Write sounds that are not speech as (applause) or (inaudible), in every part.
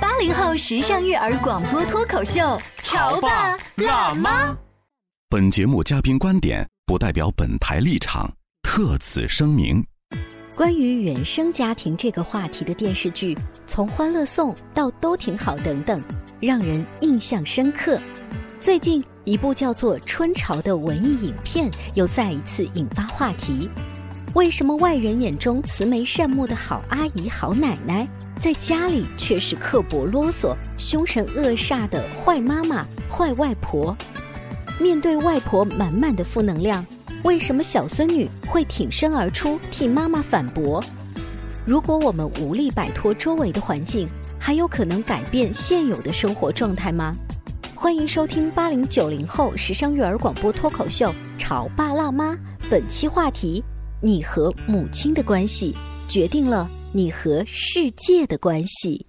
八零后时尚育儿广播脱口秀，潮爸辣妈。妈。本节目嘉宾观点不代表本台立场，特此声明。关于原生家庭这个话题的电视剧，从《欢乐颂》到《都挺好》等等，让人印象深刻。最近一部叫做《春潮》的文艺影片又再一次引发话题。为什么外人眼中慈眉善目的好阿姨、好奶奶，在家里却是刻薄啰嗦、凶神恶煞的坏妈妈、坏外婆？面对外婆满满的负能量，为什么小孙女会挺身而出替妈妈反驳？如果我们无力摆脱周围的环境，还有可能改变现有的生活状态吗？欢迎收听八零九零后时尚育儿广播脱口秀《潮爸辣妈》，本期话题：你和母亲的关系决定了你和世界的关系。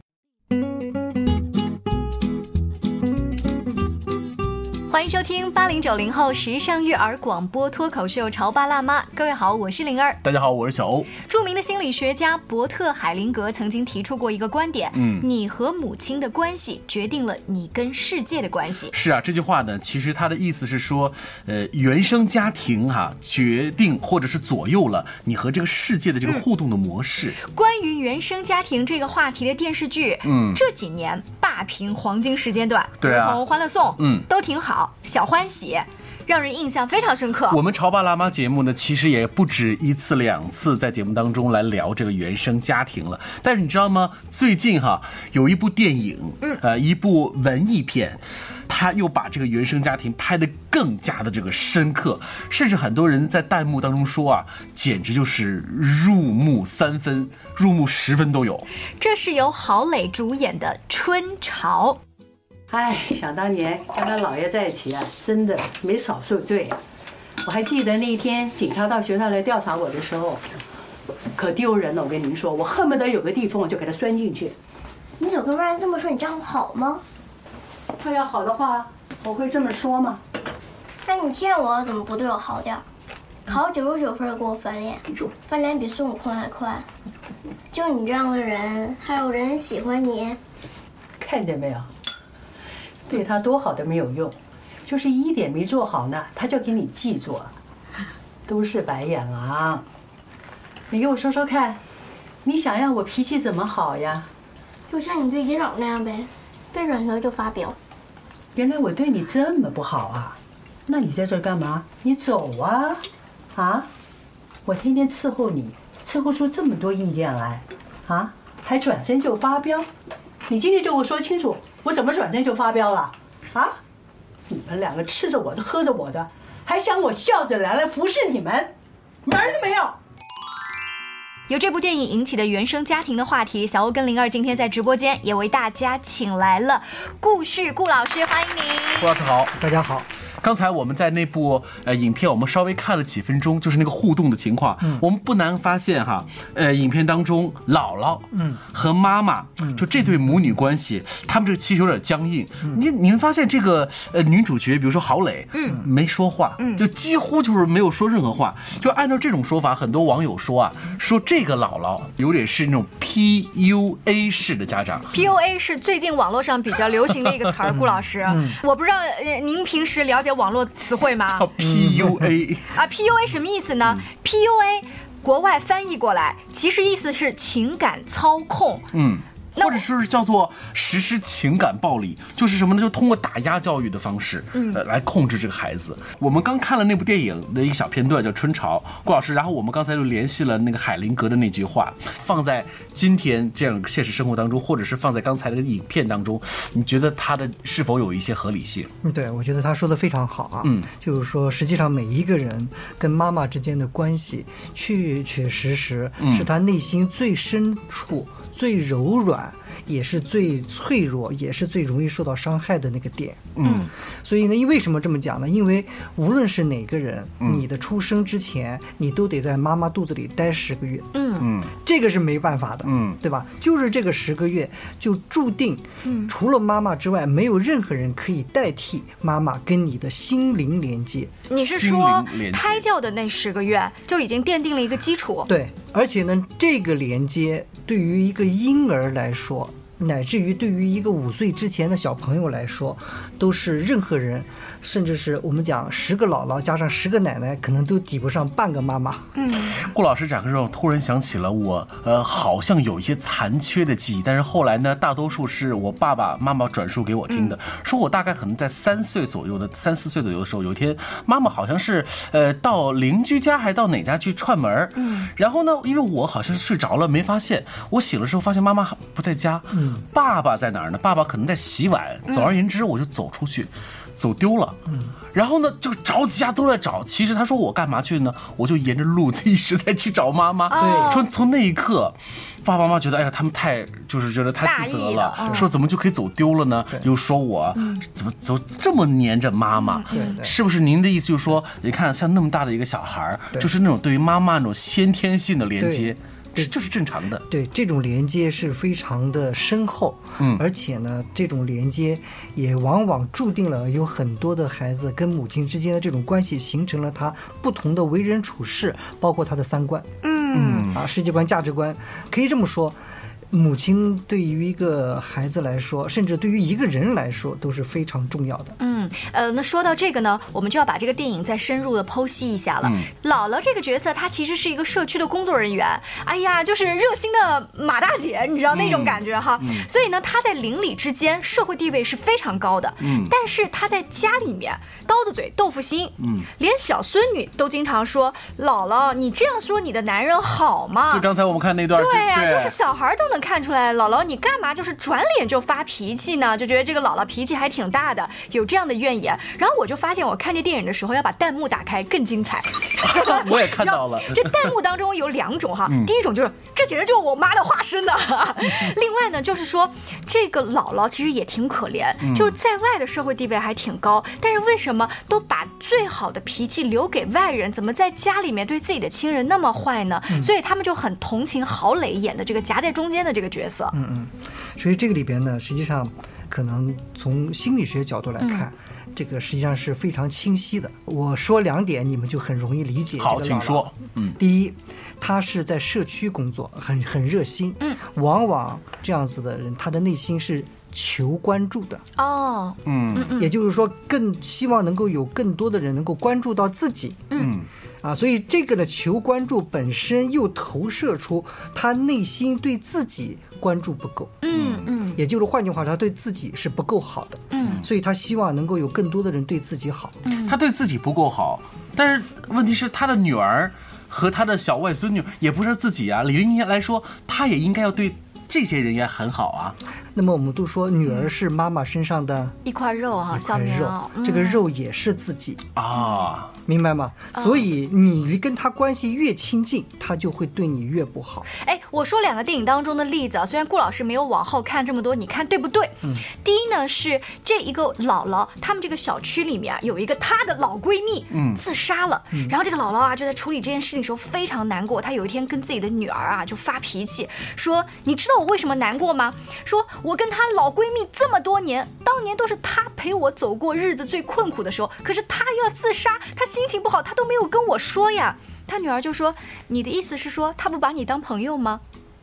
欢迎收听八零九零后时尚育儿广播脱口秀《潮爸辣妈》。各位好，我是灵儿。大家好，我是小欧。著名的心理学家伯特·海灵格曾经提出过一个观点：嗯你和母亲的关系决定了你跟世界的关系。是啊，这句话呢，其实它的意思是说，呃，原生家庭哈、决定或者是左右了你和这个世界的这个互动的模式。关于原生家庭这个话题的电视剧，嗯这几年霸屏黄金时间段，对啊从《欢乐颂》嗯都挺好，《小欢喜》让人印象非常深刻。我们潮爸辣妈节目呢，其实也不止一次两次在节目当中来聊这个原生家庭了。但是你知道吗？最近哈有一部电影，嗯，呃，一部文艺片。他又把这个原生家庭拍得更加的这个深刻，甚至很多人在弹幕当中说啊，简直就是入木三分，入木十分都有。这是由郝蕾主演的《春潮哎，想当年跟他姥爷在一起啊，真的没少受罪啊。我还记得那一天警察到学校来调查我的时候，可丢人了。我跟您说，我恨不得有个地缝我就给他钻进去。你怎么跟外人这么说？你这样好吗？他要好的话，我会这么说吗？那你欠我怎么不对我好点儿？考九十九分儿给我翻脸，翻脸比孙悟空还快。就你这样的人，还有人喜欢你，看见没有？对他多好都没有用，就是一点没做好呢，他就给你记住了。都是白眼狼，你给我说说看，你想让我脾气怎么好呀？就像你对尹老那样呗，被转学就发飙。原来我对你这么不好啊？那你在这儿干嘛？你走啊！啊！我天天伺候你，伺候出这么多意见来，啊，还转身就发飙。你今天就给我说清楚，我怎么转身就发飙了？啊！你们两个吃着我的，喝着我的，还想我笑着来来服侍你们，门儿都没有！》。由这部电影引起的原生家庭的话题，小欧跟灵儿今天在直播间也为大家请来了顾旭顾老师，欢迎郭您。老师好，大家好，刚才我们在那部呃影片，我们稍微看了几分钟，就是那个互动的情况，嗯我们不难发现哈，呃，影片当中姥姥嗯和妈妈嗯就这对母女关系，他们这个其实有点僵硬。你你们发现这个呃女主角，比如说郝蕾，嗯，没说话，嗯，就几乎就是没有说任何话。就按照这种说法，很多网友说啊，说这个姥姥有点是那种 PUA 式的家长，嗯 PUA 是最近网络上比较流行的一个词儿，顾老师，我不知道呃您平时了解网络词汇吗？叫 PUA。啊，PUA 什么意思呢、p u a 国外翻译过来，其实意思是情感操控。嗯，或者说是叫做实施情感暴力，就是什么呢？就通过打压教育的方式，呃，来控制这个孩子。我们刚看了那部电影的一个小片段，叫《春潮》，顾老师，然后我们刚才就联系了那个海灵格的那句话，放在今天这样现实生活当中，或者是放在刚才那个影片当中，你觉得它的是否有一些合理性？嗯，对，我觉得他说的非常好啊。嗯，就是说，实际上每一个人跟妈妈之间的关系，确确实实嗯是他内心最深处、最柔软，也是最脆弱，也是最容易受到伤害的那个点。嗯，所以呢，因为什么这么讲呢？因为无论是哪个人，嗯你的出生之前，你都得在妈妈肚子里待十个月。嗯这个是没办法的，嗯对吧？就是这个十个月，就注定，除了妈妈之外，没有任何人可以代替妈妈跟你的心灵连接。你是心说灵连接胎教的那十个月就已经奠定了一个基础？对，而且呢，这个连接对于一个婴儿来说，乃至于对于一个五岁之前的小朋友来说，都是任何人，甚至是我们讲十个姥姥加上十个奶奶，可能都抵不上半个妈妈。顾老师讲课时候，突然想起了我，呃，好像有一些残缺的记忆，但是后来呢，大多数是我爸爸妈妈转述给我听的，说我大概可能在三岁左右的三四岁左右的时候，有一天妈妈好像是呃到邻居家还是到哪家去串门儿，嗯，然后呢，因为我好像是睡着了没发现，我醒了之后发现妈妈不在家，嗯，爸爸在哪儿呢？爸爸可能在洗碗。总而言之，我就走出去。走丢了，嗯然后呢，就着急啊，都在找。其实他说我干嘛去呢？我就沿着路一直在去找妈妈。哦说从那一刻，爸爸妈妈觉得，哎呀，他们太就是觉得太自责大意了哦嗯说怎么就可以走丢了呢？又说我啊怎么走这么黏着妈妈？对是不是您的意思就是说，你看像那么大的一个小孩儿，就是那种对于妈妈那种先天性的连接，对是就是正常的。对，这种连接是非常的深厚，嗯而且呢，这种连接也往往注定了有很多的孩子跟母亲之间的这种关系，形成了他不同的为人处事，包括他的三观，嗯，啊，世界观、价值观，可以这么说。母亲对于一个孩子来说，甚至对于一个人来说，都是非常重要的。嗯，呃，那说到这个呢，我们就要把这个电影再深入的剖析一下了。姥姥这个角色，她其实是一个社区的工作人员，哎呀，就是热心的马大姐，你知道那种感觉哈。所以呢，她在邻里之间社会地位是非常高的。嗯，但是她在家里面刀子嘴豆腐心，嗯，连小孙女都经常说姥姥，你这样说你的男人好吗就？刚才我们看那段，对呀、对就是小孩儿都能看出来，姥姥你干嘛就是转脸就发脾气呢？就觉得这个姥姥脾气还挺大的，有这样的怨言。然后我就发现，我看这电影的时候要把弹幕打开，更 (laughs) 精彩。 (laughs) 我也看到了然后这弹幕当中有两种哈，第一种就是这简直就是我妈的化身呐、另外呢，就是说这个姥姥其实也挺可怜，就是在外的社会地位还挺高，但是为什么都把最好的脾气留给外人，怎么在家里面对自己的亲人那么坏呢？所以他们就很同情郝蕾演的这个夹在中间的这个角色。所以这个里边呢，实际上可能从心理学角度来看，这个实际上是非常清晰的。我说两点，你们就很容易理解。好，请说。。嗯第一，他是在社区工作，很很热心。嗯，往往这样子的人，他的内心是求关注的，哦，也就是说，更希望能够有更多的人能够关注到自己。嗯，啊，所以这个的求关注本身又投射出他内心对自己关注不够。嗯嗯也就是换句话说，他对自己是不够好的，嗯，所以他希望能够有更多的人对自己好，嗯他对自己不够好，但是问题是他的女儿和他的小外孙女也不是自己啊，理应来说，他也应该要对这些人也很好啊。嗯那么我们都说女儿是妈妈身上的一块肉哈、一啊小块棉肉袄，，这个嗯肉也是自己，啊，明白吗？所以你跟他关系越亲近，他就会对你越不好。哎，我说两个电影当中的例子啊，虽然顾老师没有往后看这么多，你看对不对？第一呢是这一个姥姥，他们这个小区里面啊有一个她的老闺蜜，自杀了。然后这个姥姥啊就在处理这件事情的时候非常难过，她有一天跟自己的女儿啊就发脾气，说你知道我为什么难过吗？说我跟她老闺蜜这么多年，当年都是她陪我走过日子最困苦的时候，可是她要自杀，她心情不好，她都没有跟我说呀。他女儿就说：“你的意思是说他不把你当朋友吗？”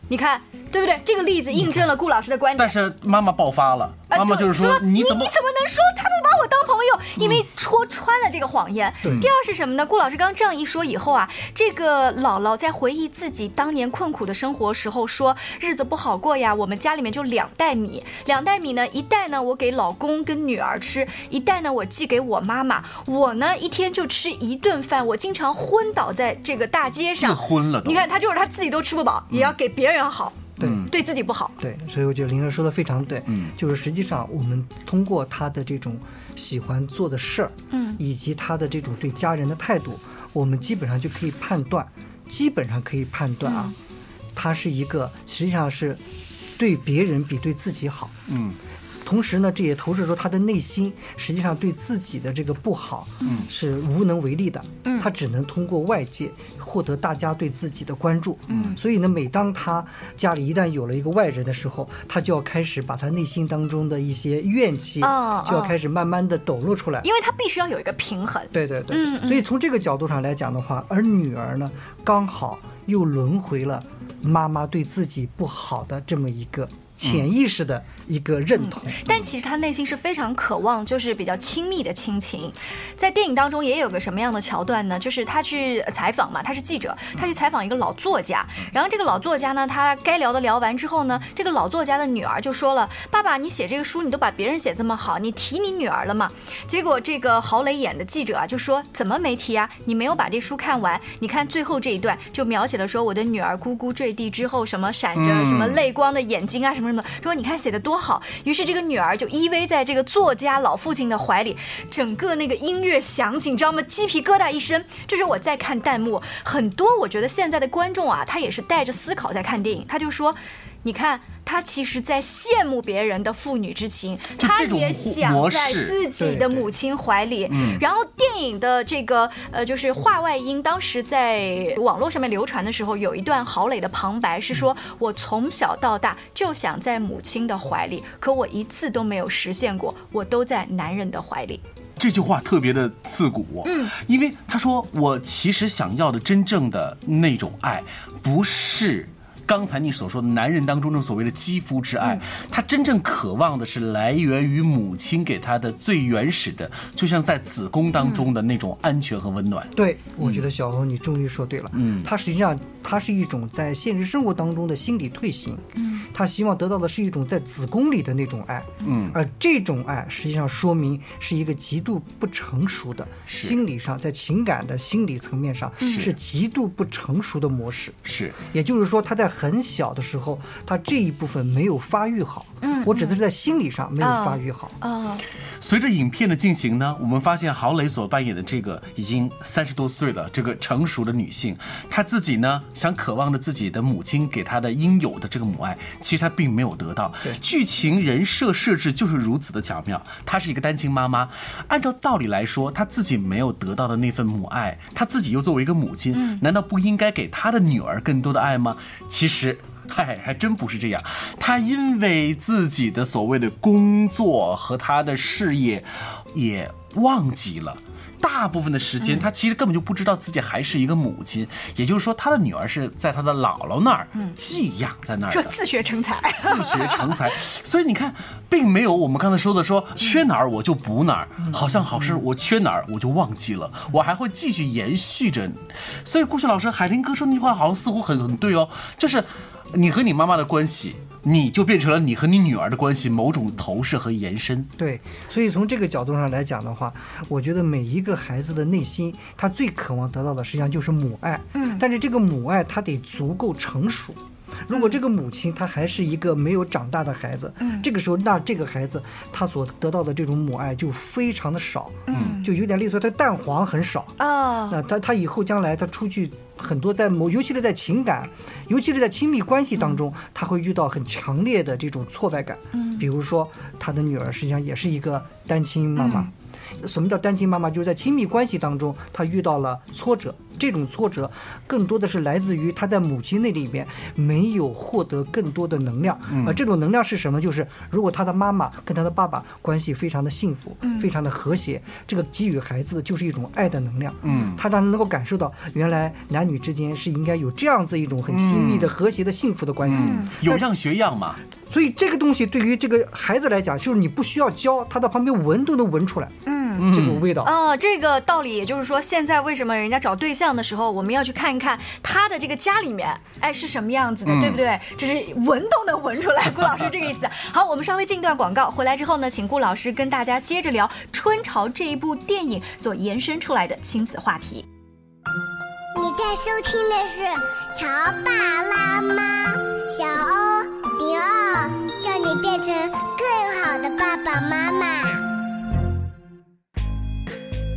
你看对不对？这个例子印证了顾老师的观点。但是妈妈爆发了，啊妈妈对就是说你怎么嗯你怎么能说他不把我当朋友，因为戳穿了这个谎言。第二是什么呢？顾老师刚这样一说以后啊，这个姥姥在回忆自己当年困苦的生活时候说，日子不好过呀，我们家里面就两袋米，两袋米呢，一袋呢我给老公跟女儿吃，一袋呢我寄给我妈妈，我呢一天就吃一顿饭，我经常昏倒在这个大街是上。昏了都。你看，他就是他自己都吃不饱，也要给别人好，对。对自己不好。对，所以我觉得林儿说的非常对，嗯就是实际上我们通过他的这种喜欢做的事儿，嗯以及他的这种对家人的态度，我们基本上就可以判断，基本上可以判断啊，他是一个实际上是对别人比对自己好，嗯，同时呢，这也投射出他的内心实际上对自己的这个不好，嗯，是无能为力的，嗯，他只能通过外界获得大家对自己的关注，嗯，所以呢，每当他家里一旦有了一个外人的时候，他就要开始把他内心当中的一些怨气，哦就要开始慢慢的抖落出来，因为他必须要有一个平衡。对对对，嗯嗯所以从这个角度上来讲的话，而女儿呢，刚好又轮回了妈妈对自己不好的这么一个潜意识的一个认同。但其实他内心是非常渴望，就是比较亲密的亲情。在电影当中也有个什么样的桥段呢？就是他去呃采访嘛，他是记者，他去采访一个老作家。然后这个老作家呢，他该聊的聊完之后呢，这个老作家的女儿就说了：“爸爸，你写这个书，你都把别人写这么好，你提你女儿了吗？”结果这个郝蕾演的记者啊，就说：“怎么没提啊？你没有把这书看完。你看最后这一段，就描写了说我的女儿咕咕坠地之后，什么闪嗯着什么泪光的眼睛啊，什么什么。说你看写的多好。于是这个女儿就依偎在这个作家老父亲的怀里，整个那个音乐响起，你知道吗？鸡皮疙瘩一身。这是我在看弹幕，很多我觉得现在的观众啊，他也是带着思考在看电影，他就说。”你看，他其实在羡慕别人的父女之情，就他这种也想模在式自自己的母亲怀里。然后电影的这个呃，就是话外音，当时在网络上面流传的时候，有一段郝蕾的旁白是说：“我从小到大就想在母亲的怀里，可我一次都没有实现过，我都在男人的怀里。这句话特别的刺骨，嗯，因为他说我其实想要的真正的那种爱，不是刚才你所说的男人当中的所谓的肌肤之爱，他真正渴望的是来源于母亲给他的最原始的，就像在子宫当中的那种安全和温暖。对，我觉得小红你终于说对了。嗯，它实际上它是一种在现实生活当中的心理退行。嗯，他希望得到的是一种在子宫里的那种爱。嗯，而这种爱实际上说明是一个极度不成熟的心理上，在情感的心理层面嗯上是极度不成熟的模式。是，也就是说，他在很小的时候，他这一部分没有发育好。嗯，我指的是在心理上没有发育好。啊，随着影片的进行呢，我们发现郝蕾所扮演的这个已经三十多岁的这个成熟的女性，她自己呢想渴望着自己的母亲给她的应有的这个母爱，其实她并没有得到。剧情人设设置就是如此的巧妙，她是一个单亲妈妈，按照道理来说，她自己没有得到的那份母爱，她自己又作为一个母亲，难道不应该给她的女儿更多的爱吗？其实。 (laughs) 嗨，哎还真不是这样。他因为自己的所谓的工作和他的事业，也忘记了。大部分的时间，他其实根本就不知道自己还是一个母亲，也就是说，他的女儿是在他的姥姥那儿寄养在那儿 (laughs) 说的，自学成才。自学成才。所以你看，并没有我们刚才说的说缺哪儿我就补哪儿，好像好事我缺哪儿我就忘记了，我还会继续延续着。所以顾旭老师、海林哥说那句话好像似乎很很对哦，就是你和你妈妈的关系，你就变成了你和你女儿的关系某种投射和延伸。对，所以从这个角度上来讲的话，我觉得每一个孩子的内心，他最渴望得到的实际上就是母爱。嗯，但是这个母爱他得足够成熟。如果这个母亲她还是一个没有长大的孩子，嗯、这个时候那这个孩子他所得到的这种母爱就非常的少，嗯，就有点类似于他蛋黄很少，啊，那他他以后将来他出去很多在某，尤其是在情感，尤其是在亲密关系当中，他会遇到很强烈的这种挫败感。嗯，比如说他的女儿实际上也是一个单亲妈妈。什么叫单亲妈妈？就是在亲密关系当中，她遇到了挫折，这种挫折更多的是来自于他在母亲那里边没有获得更多的能量，而这种能量是什么？就是如果他的妈妈跟他的爸爸关系非常的幸福，非常的和谐，这个给予孩子的就是一种爱的能量，嗯，他让他能够感受到原来男女之间是应该有这样子一种很亲密的、和谐的、幸福的关系。嗯有样学样嘛。所以这个东西对于这个孩子来讲，就是你不需要教，他在旁边闻都能闻出来，嗯，这种味道。哦，这个道理也就是说，现在为什么人家找对象的时候，我们要去看一看他的这个家里面，哎是什么样子的，嗯对不对？就是闻都能闻出来，顾老师这个意思。好，我们稍微进一段广告，回来之后呢，请顾老师跟大家接着聊《春潮》这一部电影所延伸出来的亲子话题。你在收听的是《潮爸辣妈》，小欧零二，叫你变成更好的爸爸妈妈。 《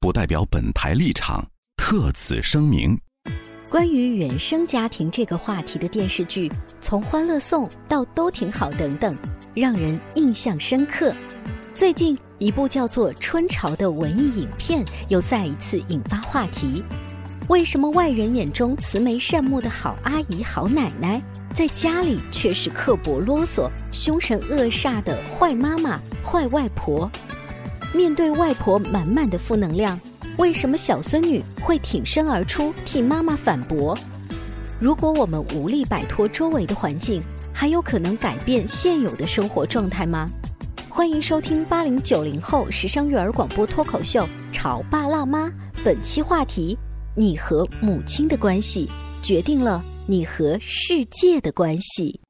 不代表本台立场，特此声明。关于原生家庭这个话题的电视剧，从《欢乐颂》到《都挺好》等等，让人印象深刻。最近一部叫做《春潮》的文艺影片又再一次引发话题。为什么外人眼中慈眉善目的好阿姨、好奶奶，在家里却是刻薄啰嗦、凶神恶煞的坏妈妈、坏外婆？面对外婆满满的负能量，为什么小孙女会挺身而出替妈妈反驳？如果我们无力摆脱周围的环境，还有可能改变现有的生活状态吗？欢迎收听八零九零后时尚育儿广播脱口秀《潮爸辣妈》，本期话题：你和母亲的关系决定了你和世界的关系。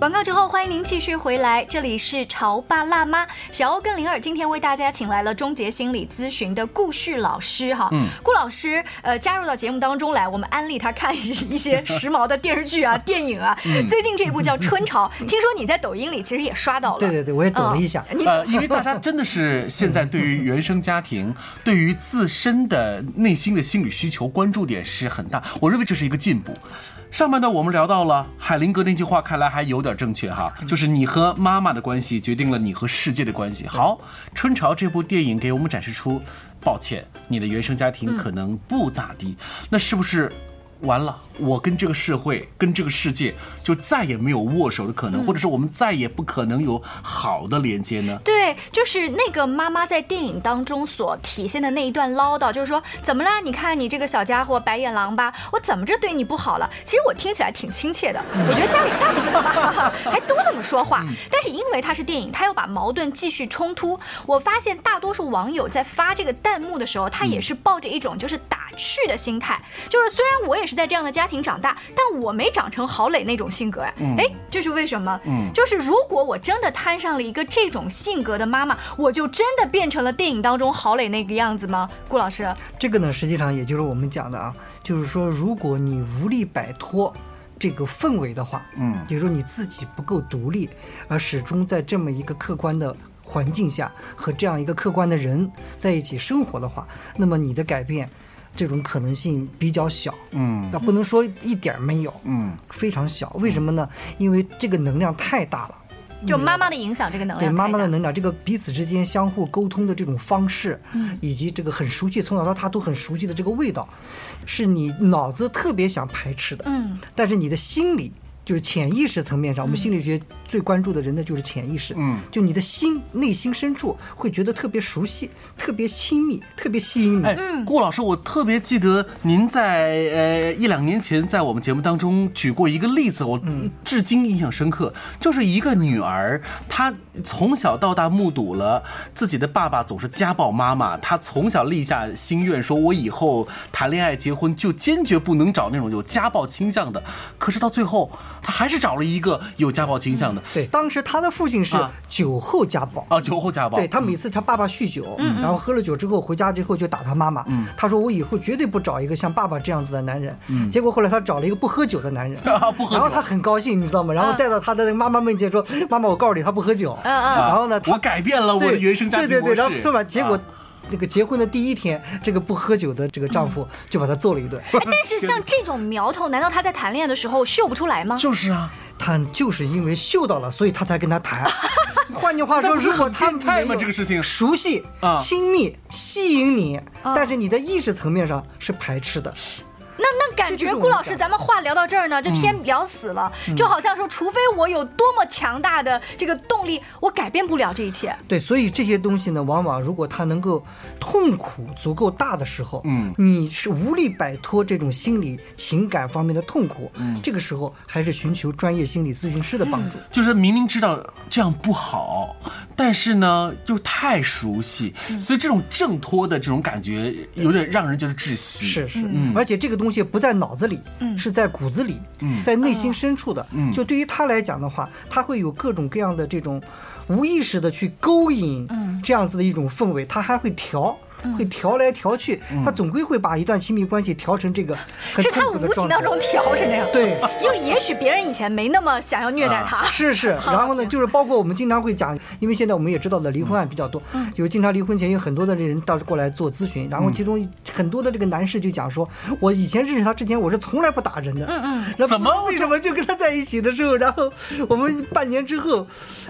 广告之后，欢迎您继续回来，这里是潮爸辣妈，小欧跟灵儿今天为大家请来了终结心理咨询的顾旭老师哈，嗯顾老师呃加入到节目当中来，我们安利他看一一些 (laughs) 时髦的电视剧啊、电影啊，嗯最近这部叫《春潮》，听说你在抖音里其实也刷到了，对对对，我也抖了一下。啊呃，因为大家真的是现在对于原生家庭、对于自身的内心的心理需求关注点是很大，我认为这是一个进步。上半段我们聊到了海灵格那句话，看来还有点正确哈，就是你和妈妈的关系决定了你和世界的关系。好，《春潮》这部电影给我们展示出，抱歉，你的原生家庭可能不咋地，那是不是？完了，我跟这个社会、跟这个世界就再也没有握手的可能，或者说我们再也不可能有好的连接呢？对，就是那个妈妈在电影当中所体现的那一段唠叨，就是说怎么啦？你看你这个小家伙白眼狼吧，我怎么着对你不好了？其实我听起来挺亲切的，我觉得家里大部分的妈妈还都那么说话。但是因为它是电影，它要把矛盾继续冲突。我发现大多数网友在发这个弹幕的时候，嗯他也是抱着一种就是打趣的心态，就是虽然我也是在这样的家庭长大，但我没长成郝磊那种性格哎，嗯哎，这是为什么？就是如果我真的摊上了一个这种性格的妈妈，我就真的变成了电影当中郝磊那个样子吗？顾老师，这个呢，实际上也就是我们讲的啊，就是说，如果你无力摆脱这个氛围的话，嗯，比如说你自己不够独立，而始终在这么一个客观的环境下和这样一个客观的人在一起生活的话，那么你的改变。这种可能性比较小，嗯，那不能说一点儿没有，嗯，非常小。为什么呢？因为这个能量太大了，就妈妈的影响这个能嗯对量太大，妈妈的能量，这个彼此之间相互沟通的这种方式，以及这个很熟悉，从小到大都很熟悉的这个味道，是你脑子特别想排斥的，嗯，但是你的心里就是潜意识层面上，我们心理学最关注的人的就是潜意识，嗯，就你的心内心深处会觉得特别熟悉、特别亲密、特别吸引你。哎，顾老师，我特别记得您在呃一两年前在我们节目当中举过一个例子，我嗯至今印象深刻，就是一个女儿，她从小到大目睹了自己的爸爸总是家暴妈妈，她从小立下心愿，说我以后谈恋爱结婚就坚决不能找那种有家暴倾向的，可是到最后她还是找了一个有家暴倾向的，对，当时他的父亲是啊酒后家暴啊，酒后家暴，对他每次他爸爸酗酒，嗯然后喝了酒之后回家之后就打他妈妈。他说我以后绝对不找一个像爸爸这样子的男人。嗯结果后来他找了一个不喝酒的男人， (laughs) 不喝酒然后他很高兴，你知道吗？然后带到他的那个妈妈面前说：“妈妈，我告诉你，他不喝酒。”嗯嗯然后呢，我改变了我的对原生家庭对对对，模式然后最晚结果啊。这个结婚的第一天，这个不喝酒的这个丈嗯夫就把他揍了一顿。哎，但是像这种苗头，难道他在谈恋爱的时候秀不出来吗？就是啊，他就是因为嗅到了，所以他才跟他 (laughs) 谈。换句话那说，不是如果很他变态吗没有这个事情熟悉啊、亲密、吸引你，但是你的意识层面上是排斥的。那那感觉，顾老师，咱们话聊到这儿呢，就天聊死了，嗯就好像说，除非我有多么强大的这个动力，我改变不了这一切。对，所以这些东西呢，往往如果他能够痛苦足够大的时候，嗯，你是无力摆脱这种心理情感方面的痛苦，嗯，这个时候还是寻求专业心理咨询师的帮助。就是明明知道这样不好，但是呢又太熟悉，所以这种挣脱的这种感觉有点让人觉得窒息。是是，嗯，而且这个东西不在脑子里，是在骨子里，嗯在内心深处的。嗯就对于他来讲的话，他会有各种各样的这种无意识的去勾引，嗯这样子的一种氛围，他还会调。会调来调去，嗯他总归会把一段亲密关系调成这个很是痛他苦的状态，无形当中调成这样。对，啊因为也许别人以前没那么想要虐待他。是是，然后呢，就是包括我们经常会讲，因为现在我们也知道的离婚案比较多，嗯有经常离婚前有很多的人到过来做咨询，然后其中很多的这个男士就讲说，我以前认识他之前我是从来不打人的，嗯嗯，怎么为什么就跟他在一起的时候，然后我们半年之后，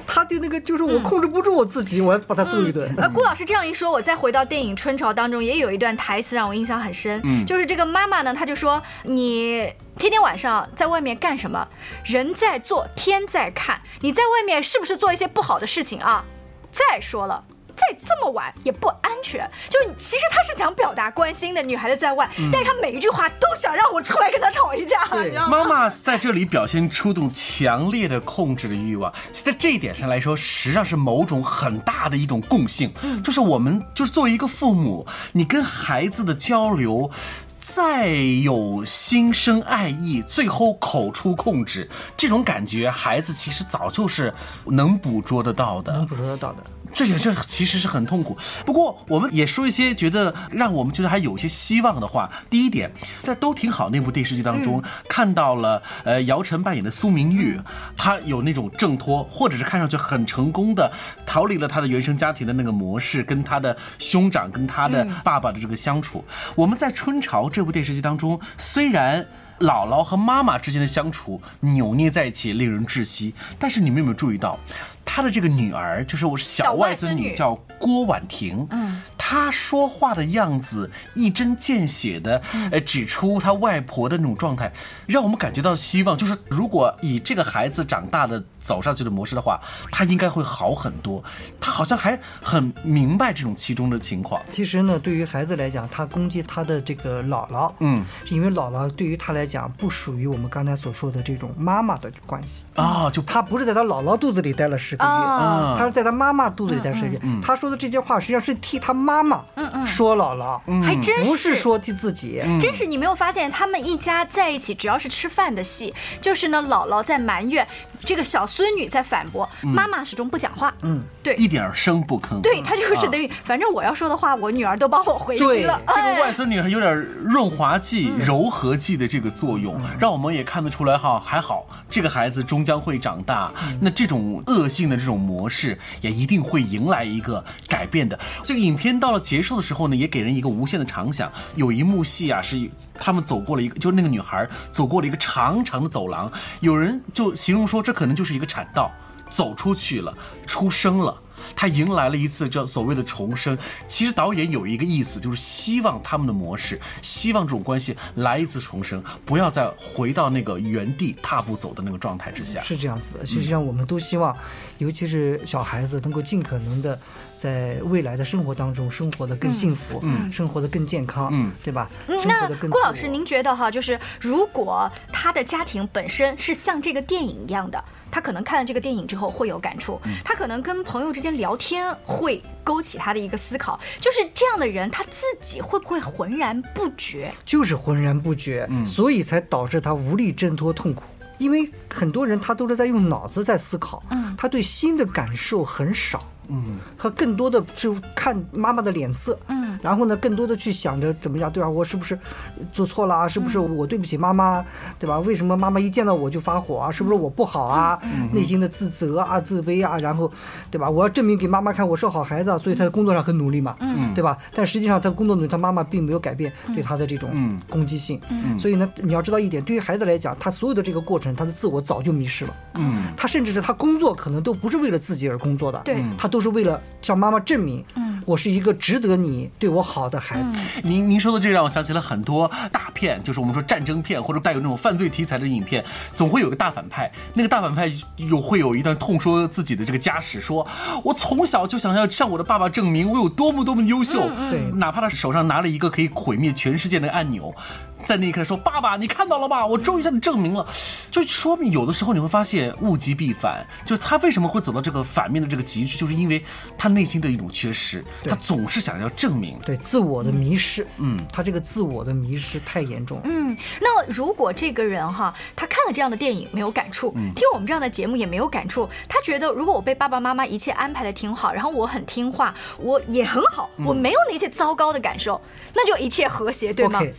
他对那个就是嗯我控制不住我自己，我要把他揍一顿。呃，顾老师这样一说，我再回到电影《春潮》当中，也有一段台词让我印象很深，嗯就是这个妈妈呢，她就说：“你天天晚上在外面干什么？人在做，天在看，你在外面是不是做一些不好的事情啊？再说了。”再这么晚也不安全，就是你其实她是想表达关心的，女孩子在外，嗯但是她每一句话都想让我出来跟她吵一架，你知道吗？妈妈在这里表现出一种强烈的控制的欲望，其实在这一点上来说，实际上是某种很大的一种共性，嗯就是我们就是作为一个父母，你跟孩子的交流。再有心生爱意，最后口出控制，这种感觉，孩子其实早就是能捕捉得到的，能捕捉得到的。这件事其实是很痛苦。不过，我们也说一些觉得让我们觉得还有些希望的话。第一点，在《都挺好》那部电视剧当中，看到了呃姚晨扮演的苏明玉，她有那种挣脱，或者是看上去很成功的逃离了她的原生家庭的那个模式，跟她的兄长、跟她的嗯爸爸的这个相处。我们在《春潮》这部电视剧当中，虽然。姥姥和妈妈之间的相处扭捏在一起，令人窒息。但是你们有没有注意到，她的这个女儿，就是我小小外外孙孙女女，叫郭婉婷。嗯，她说话的样子一针见血的，嗯呃，指出她外婆的那种状态，让我们感觉到希望。就是如果以这个孩子长大的走上去的模式的话，她应该会好很多。她好像还很明白这种其中的情况。其实呢，对于孩子来讲，他攻击他的这个姥姥，嗯，是因为姥姥对于他来讲不属于我们刚才所说的这种妈妈的关系嗯啊，就他不是在他姥姥肚子里待了十个月，哦啊他是在他妈妈肚子里待了十个月。嗯嗯他说的这些话实际上是替他妈妈嗯嗯说姥姥，还真嗯不是嗯是说替自己，嗯真是你没有发现，他们一家在一起，只要是吃饭的戏，就是呢，姥姥在埋怨，这个小孙女在反驳，嗯妈妈始终不讲话。嗯，对一点儿声不吭。对，她就是啊等于，反正我要说的话，我女儿都帮我回击了。这哎个外孙女还有点润滑剂、柔和剂的这个作用，让我们也看得出来哈，还好这个孩子终将会长大。那这种恶性的这种模式，也一定会迎来一个改变的。这个影片到了结束的时候呢，也给人一个无限的畅想。有一幕戏啊，是他们走过了一个，就是那个女孩走过了一个长长的走廊，有人就形容说这可能就是一个产道，走出去了，出生了。他迎来了一次叫所谓的重生。其实导演有一个意思，就是希望他们的模式，希望这种关系来一次重生，不要再回到那个原地踏步走的那个状态之下。是这样子的。实际上，我们都希望，尤其是小孩子能够尽可能的在未来的生活当中生活的更幸福，嗯嗯生活的更健康，嗯、对吧？嗯生那活的更顾自老师，您觉得哈，就是如果他的家庭本身是像这个电影一样的，他可能看了这个电影之后会有感触，嗯他可能跟朋友之间聊天会勾起他的一个思考，就是这样的人他自己会不会浑然不觉？就是浑然不觉，嗯所以才导致他无力挣脱痛苦。因为很多人他都是在用脑子在思考，嗯他对新的感受很少，嗯，他更多的是看妈妈的脸色，嗯，然后呢，更多的去想着怎么样，对吧、我是不是做错了啊？是不是嗯我对不起妈妈，对吧？为什么妈妈一见到我就发嗯火啊？是不是我不好啊？内心的自责啊、自卑啊，然后，对吧？我要证明给妈妈看我是好孩子啊，所以他在工作上很努力嘛，嗯对吧？但实际上他的工作努力，他妈妈并没有改变对他的这嗯种攻击性，嗯所以呢，你要知道一点，对于孩子来讲，他所有的这个过程，他的自我早就迷失了。嗯他甚至是他工作可能都不是为了自己而工作的，对嗯他都是为了向妈妈证明，嗯我是一个值得你对我好的孩子。嗯 (laughs) 您您说的这让我想起了很多大片，就是我们说战争片或者带有那种犯罪题材的影片，总会有个大反派，那个大反派有会有一段痛说自己的这个家史，说我从小就想要向我的爸爸证明我有多么多么优秀，嗯嗯对哪怕他手上拿了一个可以毁灭全世界的按钮。在那一刻说：“爸爸，你看到了吧？我终于向你证明了。”就说明有的时候你会发现物极必反，就他为什么会走到这个反面的这个极致，就是因为他内心的一种缺失，他总是想要证明。对自我的迷失，嗯，他这个自我的迷失太严重了。嗯，那如果这个人哈，他看了这样的电影没有感触，嗯听我们这样的节目也没有感触，他觉得如果我被爸爸妈妈一切安排的挺好，然后我很听话，我也很好，嗯我没有那些糟糕的感受，那就一切和谐，对吗 OK (laughs)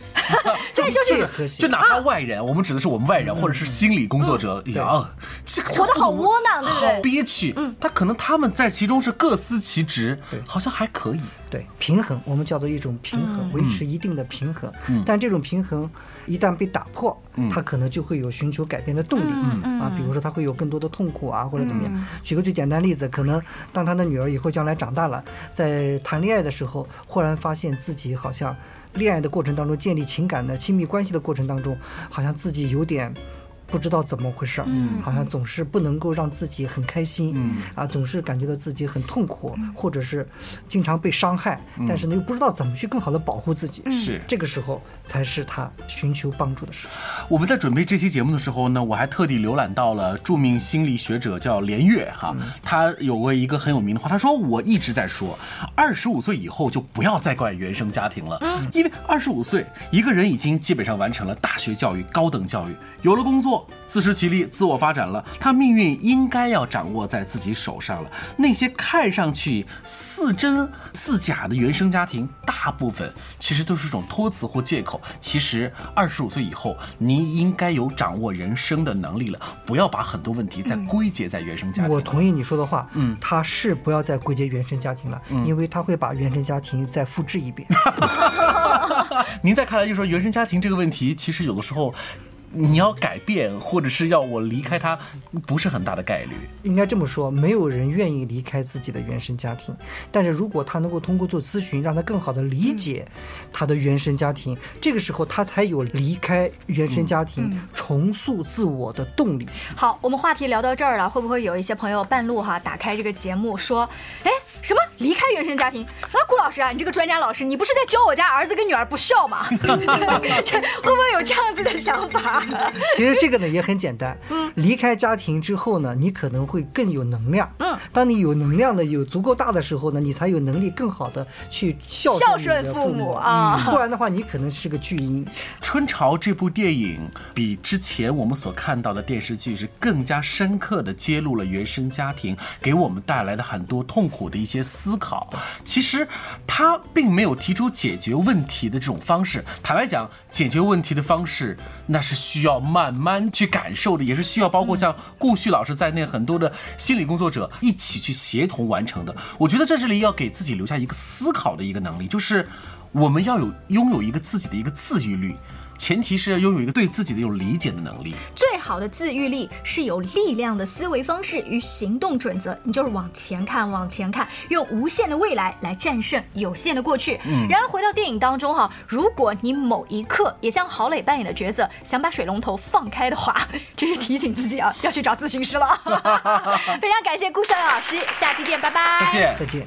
对，就是啊嗯就哪怕外人，我们指的是我们外人或者是心理工作者，呀，这个活得好窝囊，对不好对？憋屈。嗯，他可能他们在其中是各司其职，好像还可以。对，平衡，我们叫做一种平衡，嗯维持一定的平衡。嗯但这种平衡一旦被打破，嗯他可能就会有寻求改变的动力、嗯嗯啊，比如说他会有更多的痛苦啊，或者怎么样。嗯举个最简单例子，可能当他的女儿以后将来长大了，在谈恋爱的时候，忽然发现自己好像恋爱的过程当中建立情感的亲密关系的过程当中，好像自己有点。不知道怎么回事儿，嗯好像总是不能够让自己很开心，嗯啊，总是感觉到自己很痛苦，或者是经常被伤害，嗯但是呢又不知道怎么去更好的保护自己，嗯是这个时候才是他寻求帮助的时候。我们在准备这期节目的时候呢，我还特地浏览到了著名心理学者叫连岳哈，嗯他有过一个很有名的话，他说我一直在说，二十五岁以后就不要再怪原生家庭了，嗯因为二十五岁一个人已经基本上完成了大学教育、高等教育，有了工作，自食其力、自我发展了，他命运应该要掌握在自己手上了。那些看上去似真似假的原生家庭，大部分其实都是一种托词或借口。其实二十五岁以后，您应该有掌握人生的能力了，不要把很多问题再归结在原生家庭。我同意你说的话，嗯他是不要再归结原生家庭了，嗯因为他会把原生家庭再复制一遍。您再看来，就是说原生家庭这个问题，其实有的时候。你要改变，或者是要我离开它，不是很大的概率。应该这么说，没有人愿意离开自己的原生家庭，但是如果他能够通过做咨询，让他更好的理解嗯他的原生家庭，这个时候他才有离开原生家嗯庭、重塑自我的动力。好，我们话题聊到这儿了，会不会有一些朋友半路哈打开这个节目说，哎，什么离开原生家庭？那顾老师啊，你这个专家老师，你不是在教我家儿子跟女儿不孝吗？ (laughs) 这会不会有这样子的想法？其实这个呢也很简单， (laughs) 嗯离开家庭之后呢，你可能会更有能量，嗯，当你有能量的有足够大的时候呢，你才有能力更好的去孝孝顺顺你的父父母啊不然的话你可能是个巨婴。 《春潮》这部电影比之前我们所看到的电视剧是更加深刻的揭露了原生家庭给我们带来的很多痛苦的一些思考。其实他并没有提出解决问题的这种方式。坦白讲，解决问题的方式那是需要慢慢去感受的，也是需要包括像顾旭老师在内很多的心理工作者一起去协同完成的。我觉得在这里要给自己留下一个思考的一个能力，就是。我们要有拥有一个自己的一个自愈力，前提是要拥有一个对自己的有理解的能力。最好的自愈力是有力量的思维方式与行动准则，你就是往前看，往前看，用无限的未来来战胜有限的过去。嗯然而回到电影当中哈、如果你某一刻也像郝蕾扮演的角色，想把水龙头放开的话， (laughs) 真是提醒自己啊，要去找咨询师了。 (laughs) 非常感谢顾少阳老师，下期见，拜拜。再见，再见。